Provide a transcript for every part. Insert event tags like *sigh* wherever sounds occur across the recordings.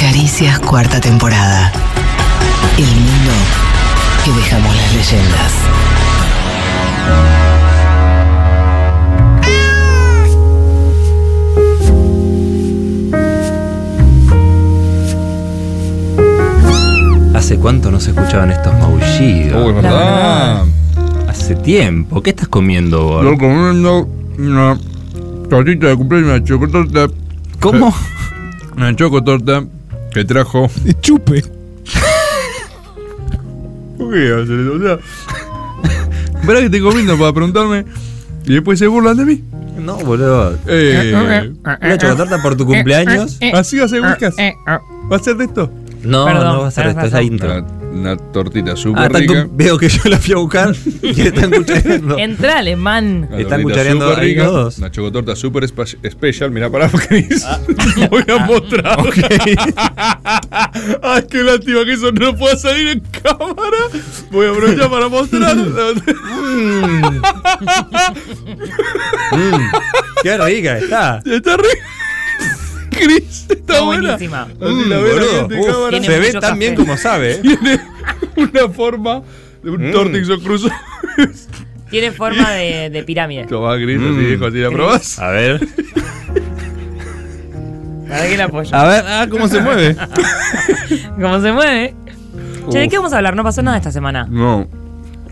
Caricias, cuarta temporada. El mundo que dejamos las leyendas. ¿Hace cuánto no se escuchaban estos maullidos? Uy, ¿verdad? Hace tiempo. ¿Qué estás comiendo, Yo Bor? comiendo una tortita de cumpleaños, una chocotorta, ¿Cómo? una chocotorta que trajo. Chupe. Uy, o *laughs* sea, ¿verdad que te comiendo para preguntarme? Y después se burlan de mí. No, boludo. Eh, ¿Una chocotorta por tu cumpleaños? ¿Así va eh, a ser Whiskas? ¿Va a ser de esto? No, Perdón, no va a ser tenés esto, es la razón. Una, intro. una tortita Ah, súper tanto- rica. veo que yo la fui a buscar y están *laughs* escuchando. *laughs* Entrale, man. Una Están tortita cuchareando súper ahí rica, los dos. Una chocotorta súper espa- especial. Mira, pará, Cris. Ah. *laughs* Voy a *laughs* mostrar. Ay, qué lástima que eso no pueda salir en cámara. Voy a aprovechar para mostrar. Qué rica está. Está rica. Cris, está buena. buenísima. Así la Mm, ven ahí boludo. en Uf, cámara. Tiene se ve tan mucho café. bien como sabe. ¿eh? Tiene una forma de un tortix o cruzado. Tiene forma de, de pirámide. *laughs* Tomá, Cris, así Mm. viejo, así la probás. A ver. ¿Para qué la apoyo? A ver, ah, cómo se mueve. ¿Cómo se mueve? Che, ¿de qué vamos a hablar? No pasó nada esta semana. No.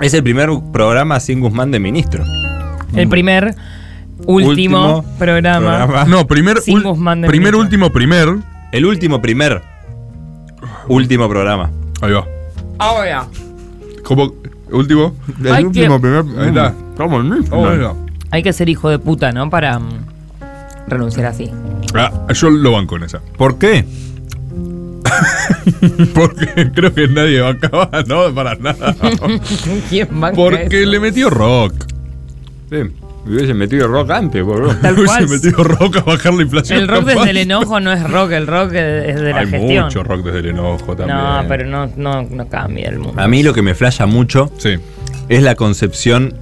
Es el primer programa sin Guzmán de ministro. Mm. El primer, último, Último programa. programa. No, primer, Ah, Sin Guzmán de primer ministro. último, primer. El último primer. Último programa. Ahí va. Ahora. Como último. El Ay, último, primer. Ahí está. Estamos en mí. Hay que ser hijo de puta, ¿no? Para mm, renunciar así. Ah, yo lo banco en esa. ¿Por qué? *laughs* Porque creo que nadie bancaba, no, para nada. ¿Quién banca Porque eso? le metió rock. Sí, me hubiese metido rock antes, boludo. Tal Le hubiese cual. metido rock a bajar la inflación. El rock capaz. *laughs* desde el enojo no es rock, el rock es de la Hay gestión. mucho rock desde el enojo también. no, pero no, no, no cambia el mundo. A mí lo que me flasha mucho Sí. es la concepción,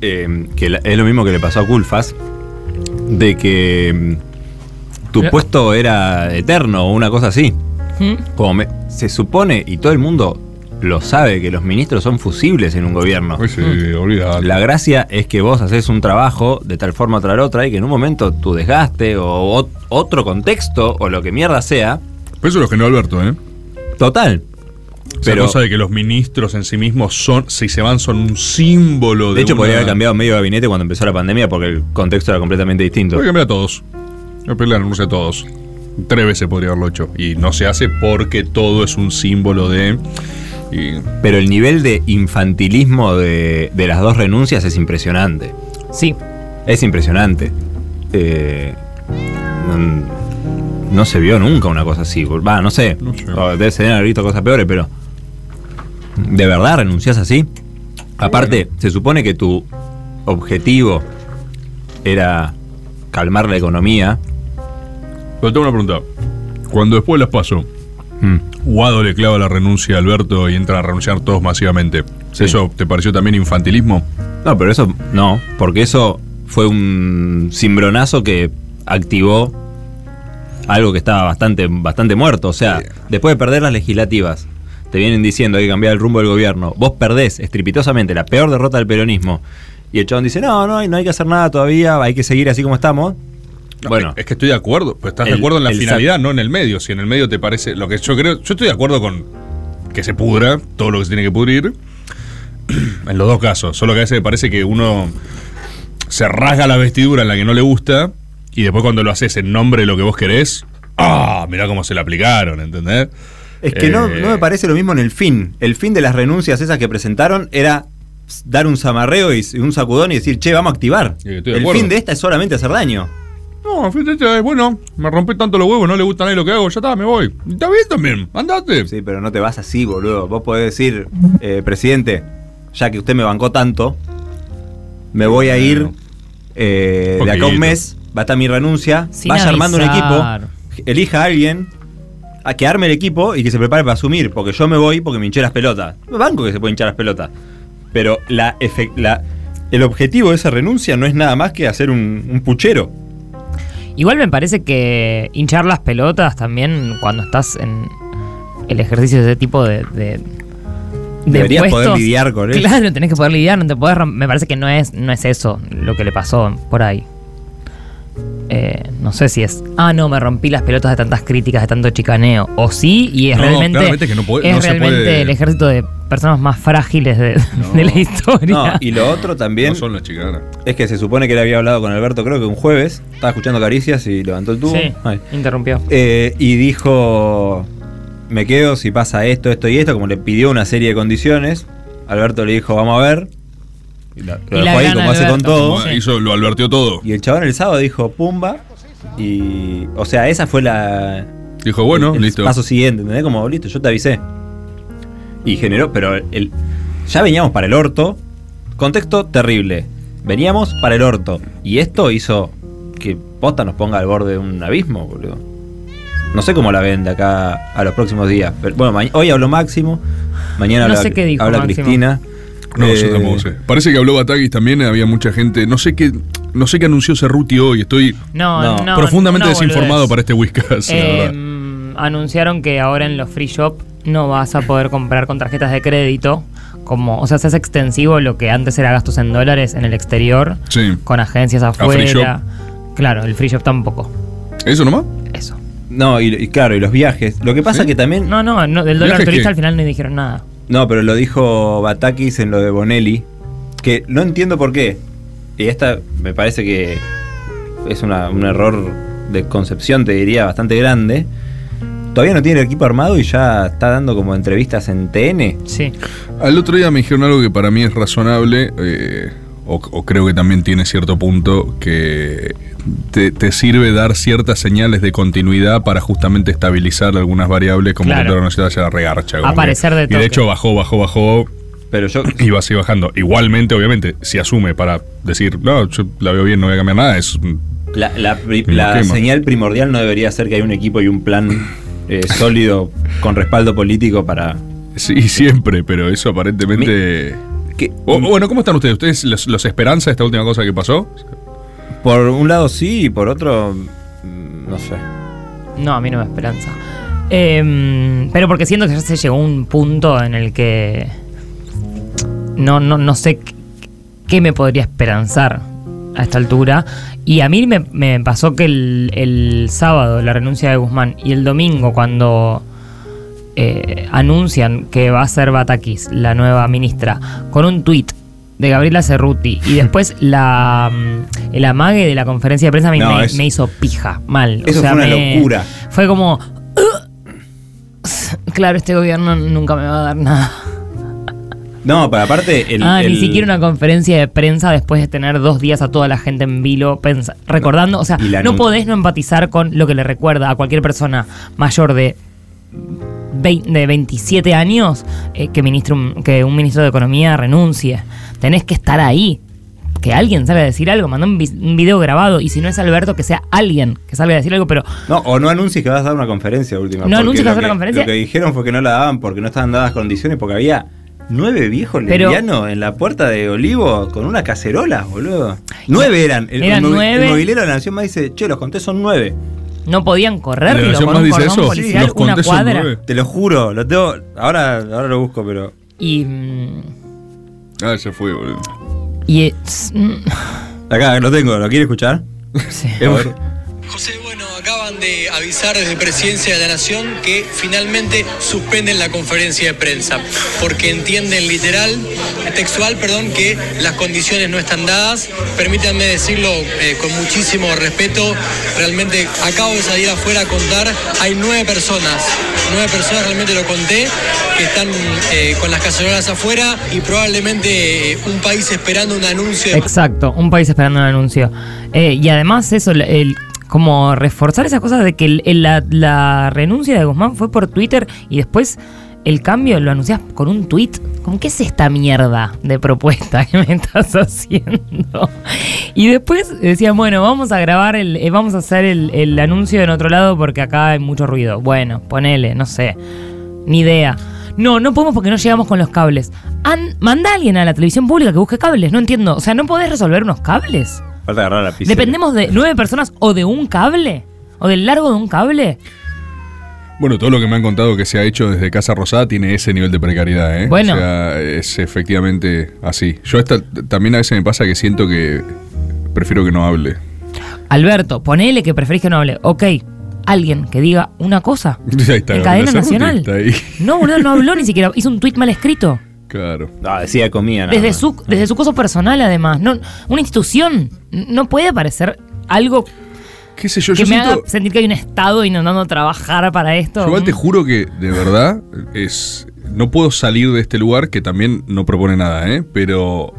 eh, que la- es lo mismo que le pasó a Culfas, de que mm, tu Pero- puesto era eterno o una cosa así. ¿Mm? Como me- se supone, y todo el mundo lo sabe, que los ministros son fusibles en un Ah. gobierno. Uy, pues sí, Mm. olvidate. La gracia es que vos haces un trabajo de tal forma o tal otra y que en un momento tu desgaste o ot- otro contexto o lo que mierda sea, Pero eso lo generó Alberto, ¿eh? total. Pero, Pero- Esa cosa de que los ministros en sí mismos son, si se van, son un símbolo de. De hecho, una- podría haber cambiado medio gabinete cuando empezó la pandemia porque el contexto era completamente distinto. Podría cambiar a todos. Yo peleé la renuncia a todos. Tres veces podría haberlo hecho. Y no se hace porque todo es un símbolo de. y- Pero el nivel de infantilismo de, de las dos renuncias es impresionante. Sí. Es impresionante. Eh, no, no se vio nunca una cosa así. Va, no sé. No sé. O Debe ser haber visto cosas peores, pero. ¿De verdad renuncias así? Aparte, se supone que tu objetivo era calmar la economía. Pero tengo una pregunta. Cuando después las paso, Mm. Guado le clava la renuncia a Alberto y entran a renunciar todos masivamente. Sí. ¿Eso te pareció también infantilismo? No, pero eso no, porque eso fue un cimbronazo que activó algo que estaba bastante, bastante muerto. O sea, después de perder las legislativas, te vienen diciendo hay que cambiar el rumbo del gobierno. Vos perdés estrepitosamente la peor derrota del peronismo. Y el chabón dice, no, no, hay- no hay que hacer nada todavía, hay que seguir así como estamos. Bueno, Es que estoy de acuerdo, pero estás de El- acuerdo en la el finalidad, no en el medio. Si en el medio te parece lo que yo creo, yo estoy de acuerdo con que se pudra todo lo que se tiene que pudrir. *clears throat* En los dos casos, solo que a veces me parece que uno se rasga la vestidura en la que no le gusta y después cuando lo haces en nombre de lo que vos querés, ¡ah! Mirá cómo se la aplicaron, ¿entendés? es que no, eh. no me parece lo mismo en el fin. El fin de las renuncias esas que presentaron era dar un zamarreo y s- un sacudón y decir, che, vamos a activar. Sí, estoy de El acuerdo. fin de esta es solamente hacer daño. No, fíjate, eh, bueno, me rompí tanto los huevos, no le gusta a nadie lo que hago, ya está, me voy. Está bien también, andate. Sí, pero no te vas así, boludo. Vos podés decir, eh, presidente, ya que usted me bancó tanto, me voy a ir eh, de acá a un Poquito. mes, va a estar mi renuncia, Sin vaya armando un avisar. equipo, elija a alguien a que arme el equipo y que se prepare para asumir, porque yo me voy porque me hinché las pelotas. Me banco que se puede hinchar las pelotas. Pero la, efe- la- el objetivo de esa renuncia no es nada más que hacer un, un puchero. Igual me parece que hinchar las pelotas también cuando estás en el ejercicio de ese tipo de. de- de Deberías poder lidiar con eso. Claro, tenés que poder lidiar, no te podés rom- Me parece que no es, no es eso lo que le pasó por ahí. Eh, no sé si es. Ah, no, me rompí las pelotas de tantas críticas, de tanto chicaneo. O sí, y es No, realmente. claramente que no puede- es no se realmente puede- el ejército de personas más frágiles de, de la historia. No, y lo otro también No son las chicanas. es que se supone que él había hablado con Alberto, creo que un jueves. Estaba escuchando caricias y levantó el tubo. Sí, Ay. interrumpió. Eh, y dijo, me quedo si pasa esto, esto y esto, como le pidió una serie de condiciones. Alberto le dijo, vamos a ver. Y la- lo Y la dejó ahí gana como hace con Alberto. todo. Como sí. hizo- lo advirtió todo. Y el chabón el sábado dijo, pumba. Y, o sea, esa fue la... Dijo, bueno, el- el listo. paso siguiente, ¿entendés? Como, listo, yo te avisé. Y generó, pero el, ya veníamos para el orto. Contexto terrible. Veníamos para el orto. Y esto hizo que Posta nos ponga al borde de un abismo, boludo. No sé cómo la ven de acá a los próximos días. Pero, bueno, ma- hoy habló Máximo. Mañana No habla, sé qué dijo habla Máximo. Cristina. No, Eh, yo tampoco sé. Parece que habló Batagis también, había mucha gente. No sé qué, no sé qué anunció Cerruti hoy. Estoy No, No, no. profundamente no, desinformado boludez. para este Whiskas, la Eh, verdad. mm, anunciaron que ahora en los free shop no vas a poder comprar con tarjetas de crédito. Como, o sea, se hace extensivo lo que antes era gastos en dólares en el exterior, Sí. con agencias free afuera. Claro, el free shop tampoco. ¿Eso nomás? Eso. No, y, y claro, y los viajes. Lo que pasa ¿Sí? que también. No. No, no, no del ¿Viajes dólar turista qué? al final no dijeron nada. pero lo dijo Batakis en lo de Bonelli. Que no entiendo por qué. Y esta me parece que es una- un error de concepción, te diría, bastante grande. Todavía no tiene el equipo armado y ya está dando como entrevistas en TN. Sí. Al otro día me dijeron algo que para mí es razonable, eh, o, o creo que también tiene cierto punto, que te, te sirve dar ciertas señales de continuidad para justamente estabilizar algunas variables, como Claro. que una ciudad ya regarcha. como Aparecer que- de Y toque. de hecho bajó, bajó, bajó, Pero yo. y va a seguir bajando. Igualmente, obviamente, si asume para decir, no, yo la veo bien, no voy a cambiar nada, es La, la pri- Me la quema. señal primordial no debería ser que hay un equipo y un plan eh, sólido con respaldo político para. sí, *laughs* siempre, pero eso aparentemente... que- O- o bueno, ¿cómo están ustedes? ¿Ustedes los, los esperanza esta última cosa que pasó? Por un lado sí y por otro. mm, No sé. No, a mí no me da esperanza. Em, pero porque siento que ya se llegó a un punto en el que no, no, no sé qué- qué me podría esperanzar a esta altura. Y a mí me, me pasó que el, el sábado la renuncia de Guzmán y el domingo cuando eh, anuncian que va a ser Batakis, la nueva ministra, con un tuit de Gabriela Cerruti y después la mm, el amague de la conferencia de prensa me, No, me- es- me hizo pija, mal. Eso fue una me- locura. Fue como... Claro, este gobierno nunca me va a dar nada. No, pero aparte. El, ah, ni el- siquiera una conferencia de prensa después de tener dos días a toda la gente en vilo pensa- recordando. O sea, Y la no nu- podés no empatizar con lo que le recuerda a cualquier persona mayor de, vei- de 27 años eh, que, ministro, que un ministro de Economía renuncie. Tenés que estar ahí. Que alguien salga a decir algo, mandá un, vi- un video grabado. Y si no es Alberto, que sea alguien que salga a decir algo, pero No, o no anuncies que vas a dar una conferencia última. No porque anuncies que vas a lo dar una conferencia. Lo que dijeron fue que no la daban porque no estaban dadas condiciones, porque había nueve viejos Pero- lesbianos en la puerta de Olivo con una cacerola, boludo. Nueve eran. El, Eran el movi- nueve. el movilero de la Nación más dice, che, los conté son nueve. no podían La correrlo Nación con Más un dice cordón eso, policial, los una conté son cuadra. nueve. Te lo juro, lo tengo. Ahora, ahora lo busco, pero. Y. mm, Ah, ya fue, boludo. y es- mm, Acá lo tengo, ¿lo quiere escuchar? *laughs* sí. Es un- José, bueno, acaban de avisar desde Presidencia de la Nación que finalmente suspenden la conferencia de prensa, porque entienden literal, textual, perdón, que las condiciones no están dadas. Permítanme decirlo eh, con muchísimo respeto, realmente acabo de salir afuera a contar, hay nueve personas, nueve personas, realmente lo conté, que están eh, con las cacerolas afuera y probablemente eh, un país esperando un anuncio. de- Exacto, un país esperando un anuncio. Eh, y además eso, el- el- como reforzar esa cosa de que el- el- la, la renuncia de Guzmán fue por Twitter y después el cambio lo anunciás con un tweet. ¿Cómo qué es esta mierda de propuesta que me estás haciendo? Y después decían, bueno, vamos a grabar, el, eh, vamos a hacer el, el anuncio en otro lado porque acá hay mucho ruido. Bueno, ponele, no sé. Ni idea. No, no podemos porque no llegamos con los cables. An- manda a alguien a la televisión pública que busque cables, no entiendo. O sea, ¿no podés resolver unos cables? Falta agarrar la pizza. ¿Dependemos de nueve personas o de un cable? ¿O del largo de un cable? Bueno, todo lo que me han contado que se ha hecho desde Casa Rosada tiene ese nivel de precariedad, ¿eh? Bueno. O sea, es efectivamente así. Yo esta, también a veces me pasa que siento que prefiero que no hable. *laughs* Alberto, ponele que preferís que no hable. Ok, alguien que diga una cosa. Ahí está, en cadena Gabriela Cerruti nacional. está ahí. *laughs* No, boludo, no habló ni *laughs* siquiera. Hizo un tuit mal escrito. Claro. Ah, decía comía. nada Desde más. su, desde su coso personal, además. No, una institución. N- No puede aparecer algo ¿Qué sé yo? que yo me siento, haga sentir que hay un Estado intentando trabajar para esto. Mm. yo igual te juro que de verdad es no puedo salir de este lugar que también no propone nada, ¿eh? Pero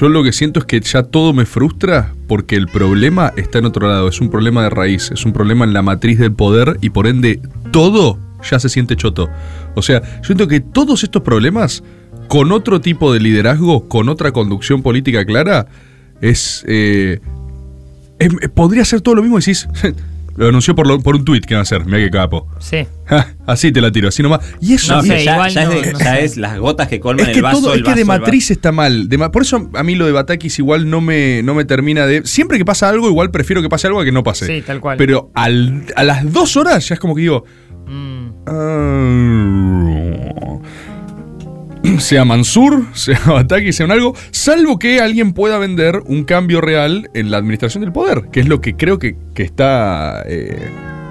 yo lo que siento es que ya todo me frustra porque el problema está en otro lado. Es un problema de raíz, es un problema en la matriz del poder y por ende todo ya se siente choto. O sea, yo siento que todos estos problemas con otro tipo de liderazgo, con otra conducción política clara, es eh, Es- eh, podría ser todo lo mismo, decís. *laughs* Lo anunció por, lo- por un tuit que va a hacer, mira qué capo. Sí. Ja, así te la tiro, así nomás. Y eso No, No pero sé, ya, igual ya no- es de- no ya sé. es las gotas que colman es que el vaso. todo, el es que vaso, de el vaso. matriz está mal. de ma- por eso a mí lo de Batakis igual no me, no me termina de. Siempre que pasa algo, igual prefiero que pase algo a que no pase. Sí, tal cual. Pero al- a las dos horas ya es como que digo. Mm. "Ah". sea Mansur, sea *laughs* Bataki, sea un algo, salvo que alguien pueda vender un cambio real en la administración del poder, que es lo que creo que, que está eh,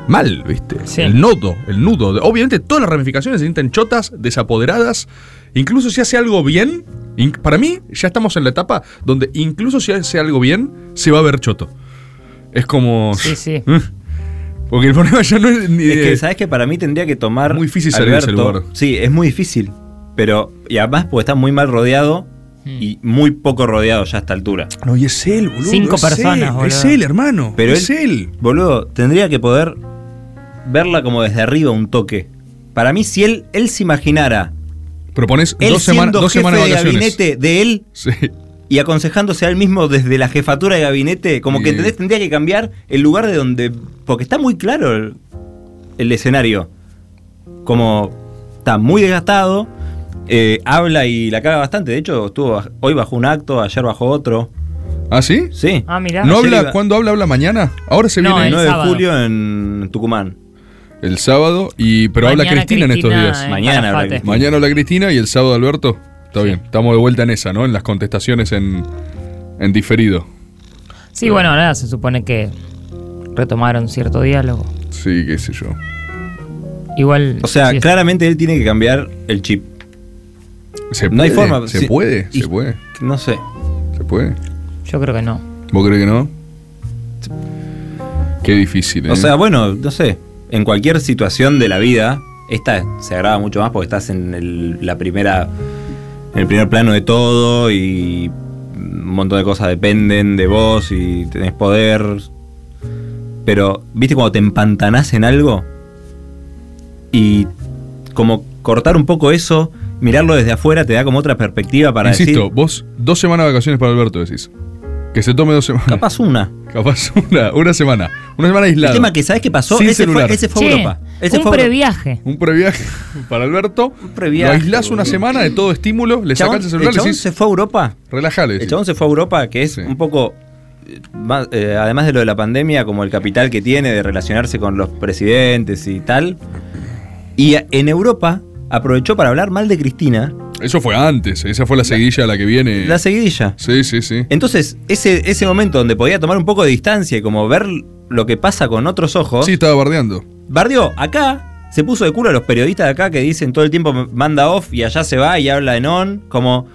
mal, ¿viste? Sí. El nodo, el nudo. Obviamente todas las ramificaciones se sienten chotas, desapoderadas. Incluso si hace algo bien, in- para mí ya estamos en la etapa donde incluso si hace algo bien, se va a ver choto. Es como... Sí, sí. Mm. Porque el problema ya no es ni... Es que, de- ¿sabes que Para mí tendría que tomar. Muy difícil salir de ese lugar. Sí, es muy difícil. Pero, y además, porque está muy mal rodeado y muy poco rodeado ya a esta altura. No, y es él, boludo. Cinco es personas, él, Es boludo. él, hermano. Pero es él. Boludo, tendría que poder verla como desde arriba un toque. Para mí, si él, él se imaginara, Propones él dos, semana- siendo dos jefe semanas de de vacaciones. gabinete de él Sí. y aconsejándose a él mismo desde la jefatura de gabinete, como Sí. que ¿entendés? tendría que cambiar el lugar de donde. Porque está muy claro el, el escenario. Como está muy desgastado, eh, habla y la caga bastante. De hecho, estuvo hoy bajo un acto, ayer bajo otro. ¿Ah, sí? Sí. Ah, mirá. ¿No Ayer habla? iba- ¿Cuándo habla? ¿Habla mañana? Ahora se No, eh. viene el el 9 de sábado. julio en Tucumán. el sábado, y pero habla Mañana Cristina, en estos Cristina eh. días. en Mañana habla Calafate. Cristina. Mañana habla Cristina y el sábado Alberto. Está bien, estamos de vuelta en esa, ¿no? En las contestaciones en, en diferido. Sí, bueno, ahora se supone que retomaron cierto diálogo. Sí, qué sé yo. Igual. O sea, sí es- claramente él tiene que cambiar el chip. ¿Se No hay puede? forma, ¿Se sí. puede? Y- ¿Se puede? No sé. ¿Se puede? Yo creo que no. ¿Vos crees que no? Qué difícil, ¿eh? O sea, bueno, no sé. En cualquier situación de la vida, esta se agrava mucho más porque estás en el, la primera. En el primer plano de todo y un montón de cosas dependen de vos y tenés poder. Pero, ¿viste cuando te empantanás en algo? Y como cortar un poco eso, mirarlo desde afuera te da como otra perspectiva para Insisto, decir. vos dos semanas de vacaciones para Alberto decís. Que se tome dos semanas. Capaz una. Capaz una, una semana. Una semana aislada. El tema que sabes qué pasó, Sin ese fue, celular. ese fue Che, Europa. Ese un fue Europa. previaje. Un previaje *laughs* para Alberto. previaje, lo aislás una boludo. semana de todo estímulo, le El chabón- sacás el celular el y chabón decís, se fue a Europa. relájale. El decís. chabón se fue a Europa, que es Sí. un poco, eh, más, eh, además de lo de la pandemia, como el capital que tiene de relacionarse con los presidentes y tal. Y a- en Europa aprovechó para hablar mal de Cristina Eso fue antes, esa fue la seguidilla a la que viene. la ¿Eh, seguidilla. Sí, sí, sí. Entonces, ese, ese momento donde podía tomar un poco de distancia y como ver lo que pasa con otros ojos, Sí, estaba bardeando. Bardió, acá se puso de culo a los periodistas de acá que dicen todo el tiempo manda off y allá se va y habla en on. Como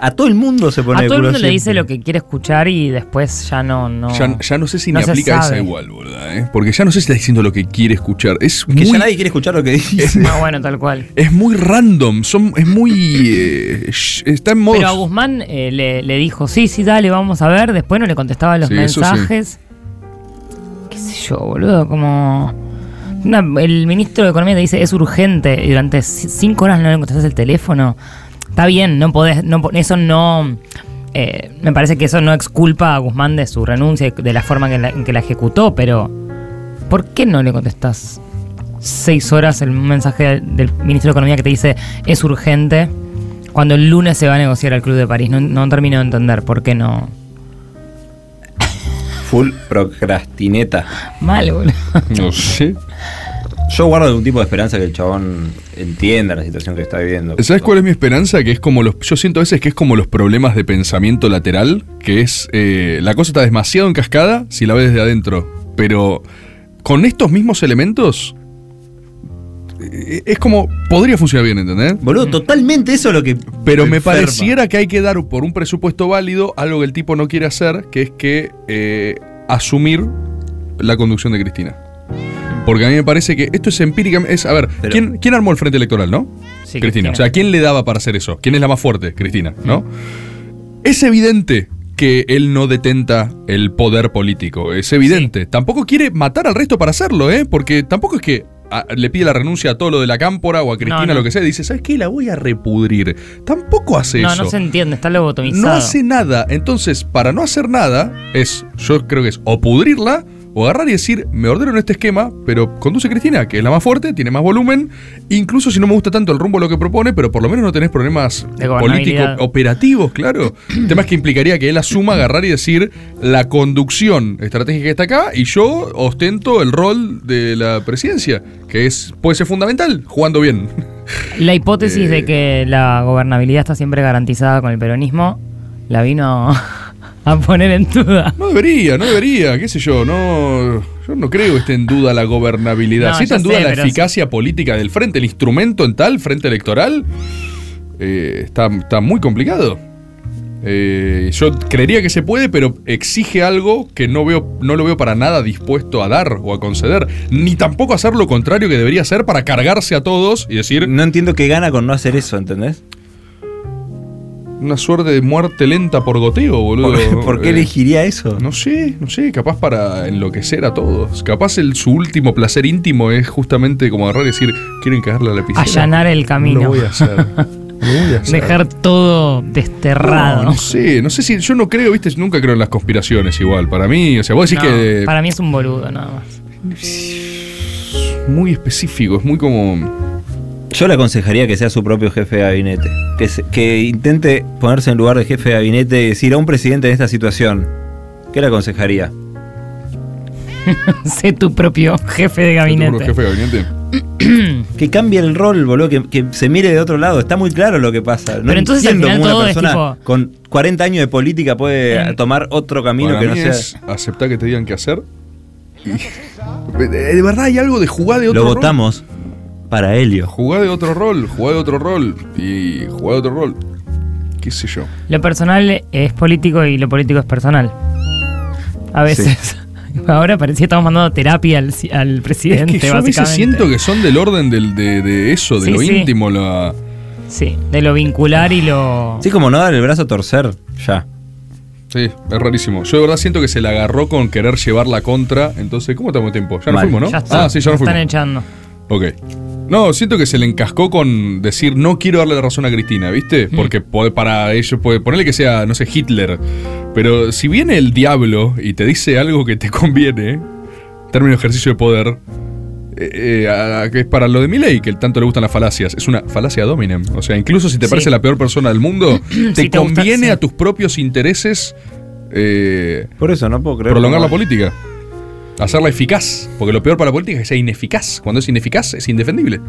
a todo el mundo se pone A de todo el culo mundo le dice siempre. lo que quiere escuchar y después ya no. no Ya, ya no sé si no me se aplica esa sabe. *laughs* igual, ¿verdad? eh? Porque ya no sé si está diciendo lo que quiere escuchar. Es Que muy, ya nadie quiere escuchar lo que dice. Ah, bueno, tal cual. es muy random, son, es muy... eh, sh- está en modo... Pero a Guzmán eh, le, le dijo, sí, sí, dale, vamos a ver. Después no le contestaba los Sí, eso sí. mensajes. Qué sé yo, boludo, como... Una- el ministro de Economía te dice, es urgente, y durante ci- cinco horas no le contestas el teléfono. Está bien, no podés, no, po- eso no... eh, me parece que eso no exculpa a Guzmán de su renuncia, y de la forma en la- en que la ejecutó, pero... ¿Por qué no le contestás seis horas el mensaje del ministro de Economía que te dice es urgente cuando el lunes se va a negociar al Club de París? No, no termino de entender por qué no. Full procrastineta. Mal, boludo. *laughs* No sé. Yo guardo algún tipo de esperanza que el chabón entienda la situación que está viviendo. ¿Sabes cuál es mi esperanza? Que es como los. Yo siento a veces que es como los problemas de pensamiento lateral, que es. eh, la cosa está demasiado encascada si la ves desde adentro. Pero con estos mismos elementos. eh, Es como. Podría funcionar bien, ¿entendés? Boludo, totalmente eso es lo que. Pero me enferma. pareciera que hay que dar por un presupuesto válido algo que el tipo no quiere hacer, que es que eh, asumir la conducción de Cristina. Porque a mí me parece que esto es empíricamente. Es, a ver, Pero- ¿quién, quién armó el frente electoral, no? Cristina. Sí, Cristina. O sea, ¿quién le daba para hacer eso? ¿Quién es la más fuerte? Cristina, ¿no? Es evidente que él no detenta el poder político. Es evidente. Tampoco quiere matar al resto para hacerlo, ¿eh? Porque tampoco es que ah, le pide la renuncia a todo lo de la cámpora o a Cristina, no. lo que sea. Dice, ¿sabes qué? La voy a repudrir. Tampoco hace No, eso. no se entiende, está lobotomizado. No hace nada. Entonces, para no hacer nada, es, yo creo que es o pudrirla o agarrar y decir, me ordeno en este esquema, pero conduce Cristina, que es la más fuerte, tiene más volumen. Incluso si no me gusta tanto el rumbo a lo que propone, pero por lo menos no tenés problemas De políticos gobernabilidad. operativos, *clears throat* claro. Temas que implicaría que él asuma agarrar y decir la conducción estratégica está acá y yo ostento el rol de la presidencia, que es puede ser fundamental jugando bien. La hipótesis Eh. de que la gobernabilidad está siempre garantizada con el peronismo la vino *laughs* a poner en duda. No debería, no debería, qué sé yo, no. Yo no creo que esté en duda la gobernabilidad. No, si está ya en duda sé, la pero- eficacia política del frente, el instrumento en tal frente electoral, eh, está, está muy complicado. Eh, yo creería que se puede, pero exige algo que no, veo, no lo veo para nada dispuesto a dar o a conceder. Ni tampoco hacer lo contrario que debería hacer para cargarse a todos y decir No entiendo qué gana con no hacer eso, ¿entendés? una suerte de muerte lenta por goteo, boludo. *laughs* ¿Por, por qué Eh, elegiría eso? No sé, no sé, capaz para enloquecer a todos. Capaz el, su último placer íntimo es justamente como agarrar y decir, quieren cagarle a la piscina. Allanar el camino. Lo voy a hacer. Lo *laughs* voy a hacer. Dejar todo no, desterrado. no sé, no sé si yo no creo, viste, nunca creo en las conspiraciones igual. Para mí, o sea, vos decís No, que Para mí es un boludo nada más. *laughs* es muy específico, es muy como Yo le aconsejaría que sea su propio jefe de gabinete. Que, se- que intente ponerse en lugar de jefe de gabinete y decir a un presidente en esta situación, ¿qué le aconsejaría? sé tu propio jefe de ¿Tu gabinete. jefe de gabinete. Que cambie el rol, boludo, que, que se mire de otro lado. Está muy claro lo que pasa. No Pero entonces al entiendo cómo final todo una es persona tipo- con 40 años de política puede Mm. tomar otro camino Para que no mí sea... es aceptar que te digan qué hacer. y- *laughs* Eh, de verdad hay algo de jugar de otro Lo rol. votamos para Helio. Jugar de otro rol, jugar de otro rol y jugar de otro rol. ¿Qué sé yo? Lo personal es político y lo político es personal. A veces. *laughs* Ahora parecía que estamos mandando terapia al, ci- al Es presidente, que yo a básicamente. veces siento que son del orden del, de, de eso, de Sí, lo sí. íntimo, la... Sí, de lo vincular y lo. Sí, como no dar el brazo a torcer, ya. Sí, es rarísimo. Yo de verdad siento que se la agarró con querer llevar la contra. Entonces, ¿cómo estamos de tiempo? Ya nos Mal. fuimos, ¿no? Ya está, ah, sí, ya nos lo fuimos. están echando. Ok. No, siento que se le encascó con decir no quiero darle la razón a Cristina, Mm. ¿viste? Porque puede- para ellos puede ponerle que sea, no sé, Hitler. Pero si viene el diablo y te dice algo que te *laughs* conviene, en términos de ejercicio de poder, eh, eh, a- que es para lo de Milei, que tanto le gustan las falacias, es una falacia dominem. O sea, incluso si te Sí. parece la peor persona del *clears throat* mundo, te, Si te gusta, conviene sí. a tus propios intereses eh, Por eso no puedo creer. prolongar la cómo- política. Hacerla eficaz, porque lo peor para la política es que sea ineficaz. Cuando es ineficaz, es indefendible.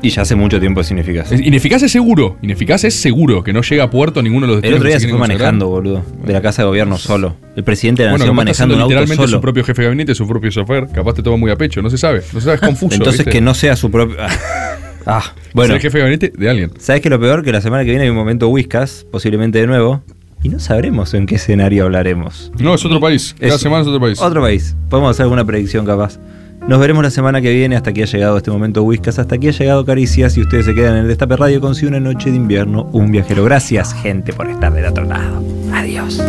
Y ya hace mucho tiempo significa Es- Ineficaz es seguro, ineficaz es seguro, que no llega a puerto ninguno de los El destinos otro día que se fue quieren consagrar. manejando, boludo. De la casa de gobierno solo. El presidente de la Bueno, nación capaz está manejando siendo un auto literalmente solo. su propio jefe de gabinete, su propio chofer, capaz te toma muy a pecho, no se sabe, no se sabe, es confuso. Entonces ¿viste? que no sea su propio. *laughs* Ah, bueno. Ser jefe de gabinete de alguien. ¿Sabes qué es lo peor? Que la semana que viene hay un momento Whiskas, posiblemente de nuevo, y no sabremos en qué escenario hablaremos. No, es otro país, cada Es- semana es otro país. Otro país. Podemos hacer alguna predicción capaz. Nos veremos la semana que viene. Hasta aquí ha llegado este momento Whiskas. Hasta aquí ha llegado Caricias. Y ustedes se quedan en el Destape Radio con Si una noche de invierno, un viajero. Gracias, gente, por estar del otro lado. Adiós.